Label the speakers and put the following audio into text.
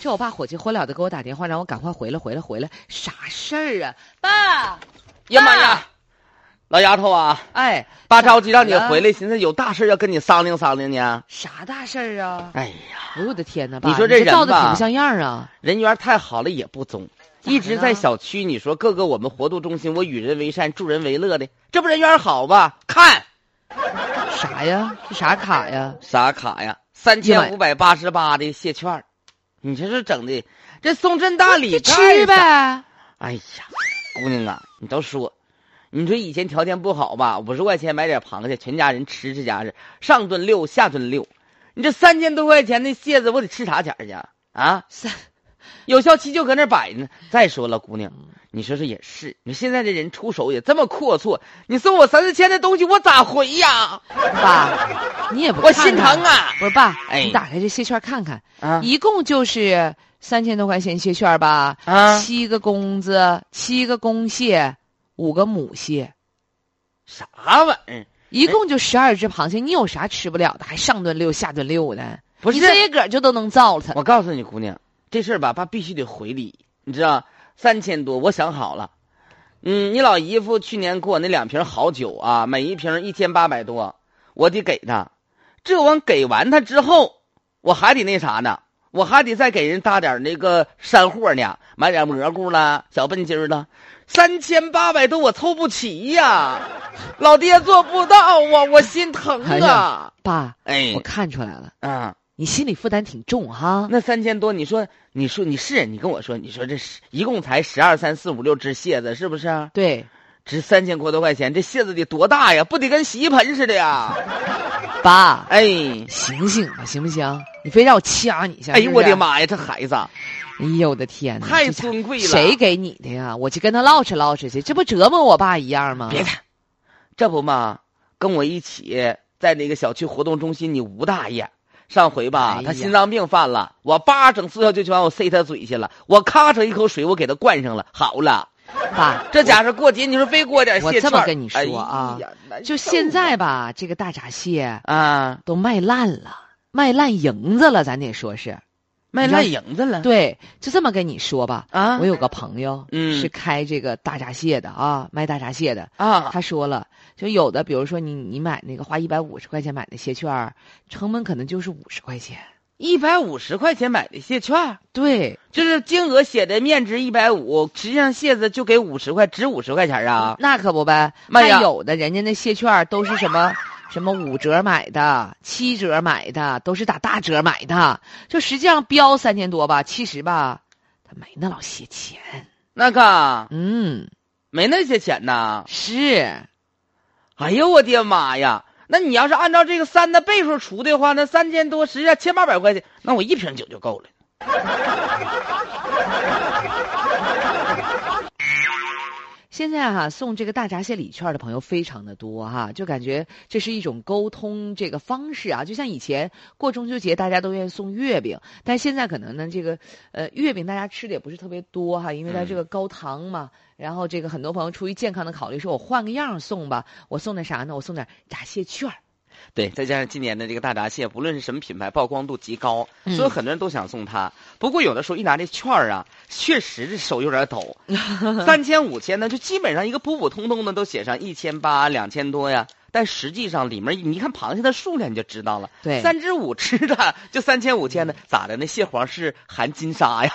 Speaker 1: 是我爸火急火燎的给我打电话，让我赶快回来，回来，回来，啥事儿啊，爸？
Speaker 2: 呀妈呀，老丫头啊，
Speaker 1: 哎，
Speaker 2: 爸着急让你
Speaker 1: 咋了
Speaker 2: 回来，寻思有大事要跟你商量商量呢。
Speaker 1: 啥大事儿啊？
Speaker 2: 哎呀，
Speaker 1: 哎呦我的天哪，爸，
Speaker 2: 你说这
Speaker 1: 这
Speaker 2: 人
Speaker 1: 造的
Speaker 2: 吧
Speaker 1: 挺不像样儿啊！
Speaker 2: 人缘太好了也不中，
Speaker 1: 咋
Speaker 2: 一直
Speaker 1: 了
Speaker 2: 在小区。你说各个我们活动中心，我与人为善，助人为乐的，这不人缘好吧？看
Speaker 1: 啥呀？这啥卡呀？
Speaker 2: 啥卡呀？三
Speaker 1: 呀妈
Speaker 2: 千五百八十八的蟹券儿，你这是整的，这送真大礼
Speaker 1: 就
Speaker 2: 干
Speaker 1: 吃
Speaker 2: 啥
Speaker 1: 呗。
Speaker 2: 哎呀，姑娘啊，你倒说，你说以前条件不好吧，五十块钱买点螃蟹，全家人吃这家是上顿六下顿六，你这三千多块钱的蟹子，我得吃啥钱儿去啊啊？
Speaker 1: 三
Speaker 2: 有效期就搁那儿摆着呢。再说了，姑娘，
Speaker 1: 嗯
Speaker 2: 你说说也是，你现在这人出手也这么阔绰，你送我三四千的东西，我咋回呀？
Speaker 1: 爸，你也不
Speaker 2: 我
Speaker 1: 看
Speaker 2: 心
Speaker 1: 看
Speaker 2: 疼啊！
Speaker 1: 不是爸，
Speaker 2: 哎
Speaker 1: 你打开这蟹券看看，
Speaker 2: 啊
Speaker 1: 一共就是三千多块钱蟹券吧？
Speaker 2: 啊，
Speaker 1: 七个公子，七个公蟹，五个母蟹，
Speaker 2: 啥玩意儿？
Speaker 1: 一共就十二只螃蟹。你有啥吃不了的？还上顿六下顿六的？
Speaker 2: 不是
Speaker 1: 你这一个就都能造它。
Speaker 2: 我告诉你，姑娘，这事儿吧，爸必须得回礼，你知道，三千多，我想好了。嗯，你老姨夫去年给我那两瓶好酒啊，每一瓶一千八百多，我得给他。这完给完他之后，我还得那啥呢？我还得再给人搭点那个山货呢，买点蘑菇啦、小笨鸡儿啦。三千八百多我凑不齐呀、老爹做不到啊，我心疼
Speaker 1: 哎呀
Speaker 2: 啊。
Speaker 1: 爸，
Speaker 2: 哎
Speaker 1: 我，看出来了，
Speaker 2: 啊。
Speaker 1: 你心理负担挺重哈。
Speaker 2: 那三千多，你说，你说你是你跟我说，你说这是一共才十二三四五六只蟹子，是不是啊？
Speaker 1: 对，
Speaker 2: 值三千多多块钱，这蟹子得多大呀？不得跟洗衣盆似的呀？
Speaker 1: 爸，
Speaker 2: 哎，
Speaker 1: 醒醒吧，行不行？你非让我掐你一下。
Speaker 2: 哎
Speaker 1: 是
Speaker 2: 呦
Speaker 1: 不
Speaker 2: 我
Speaker 1: 是啊
Speaker 2: 的！妈呀，这孩子
Speaker 1: 哎呦我的天哪！
Speaker 2: 太
Speaker 1: 这家
Speaker 2: 尊贵了。
Speaker 1: 谁？给你的呀？我去跟他唠扯唠扯去，这不折磨我爸一样吗？
Speaker 2: 别的，这不嘛，跟我一起在那个小区活动中心，你吴大爷。上回吧，
Speaker 1: 哎呀
Speaker 2: 他心脏病犯了，我叭整速效救心丸，我塞他嘴去了，我咔嚓一口水，我给他灌上了，好了，
Speaker 1: 爸，
Speaker 2: 这家伙过节你说非给我点
Speaker 1: 我
Speaker 2: 蟹
Speaker 1: 这么
Speaker 2: 券儿
Speaker 1: 跟你说啊
Speaker 2: 哎呀难
Speaker 1: 就
Speaker 2: 受
Speaker 1: 现
Speaker 2: 啊
Speaker 1: 在吧，这个大闸蟹
Speaker 2: 啊，
Speaker 1: 都卖烂了，卖烂银子了，咱得说是
Speaker 2: 卖
Speaker 1: 你知道
Speaker 2: 烂营子了。
Speaker 1: 对。就这么跟你说吧，
Speaker 2: 啊，
Speaker 1: 我有个朋友，
Speaker 2: 嗯
Speaker 1: 是开这个大闸蟹的啊，卖大闸蟹的。
Speaker 2: 啊，
Speaker 1: 他说了，就有的，比如说你你买那个花一百五十块钱买的蟹券儿，成本可能就是五十块钱。
Speaker 2: 一百五十块钱买的蟹券，
Speaker 1: 对，
Speaker 2: 就是金额写的面值一百五，实际上蟹子就给五十块，值五十块钱啊。
Speaker 1: 那可不呗。
Speaker 2: 妈呀
Speaker 1: 还有的人家那蟹券儿都是什么什么五折买的、七折买的，都是打大折买的，就实际上标三千多吧，其实吧，他没那老些钱。
Speaker 2: 那个
Speaker 1: 嗯，
Speaker 2: 没那些钱呐。
Speaker 1: 是
Speaker 2: 哎呦我的妈呀！那你要是按照这个三的倍数除的话，那三千多，实际上千八百块钱，那我一瓶酒就够了。
Speaker 1: 现在哈、送这个大闸蟹礼券的朋友非常的多哈、就感觉这是一种沟通这个方式啊，就像以前过中秋节大家都愿意送月饼，但现在可能呢这个呃月饼大家吃的也不是特别多哈、因为它这个高糖嘛，然后这个很多朋友出于健康的考虑，说我换个样儿送吧，我送点啥呢？我送点闸蟹券儿
Speaker 2: 对，再加上今年的这个大闸蟹，不论是什么品牌，曝光度极高，
Speaker 1: 嗯
Speaker 2: 所以很多人都想送它。不过有的时候一拿这券儿啊，确实是手有点抖， 三千五千呢，就基本上一个普普通通的都写上一千八、两千多呀。但实际上里面你一看螃蟹的数量，你就知道了。
Speaker 1: 对嗯
Speaker 2: 三只五吃的就三千五千的，咋的？那蟹黄是含金沙呀？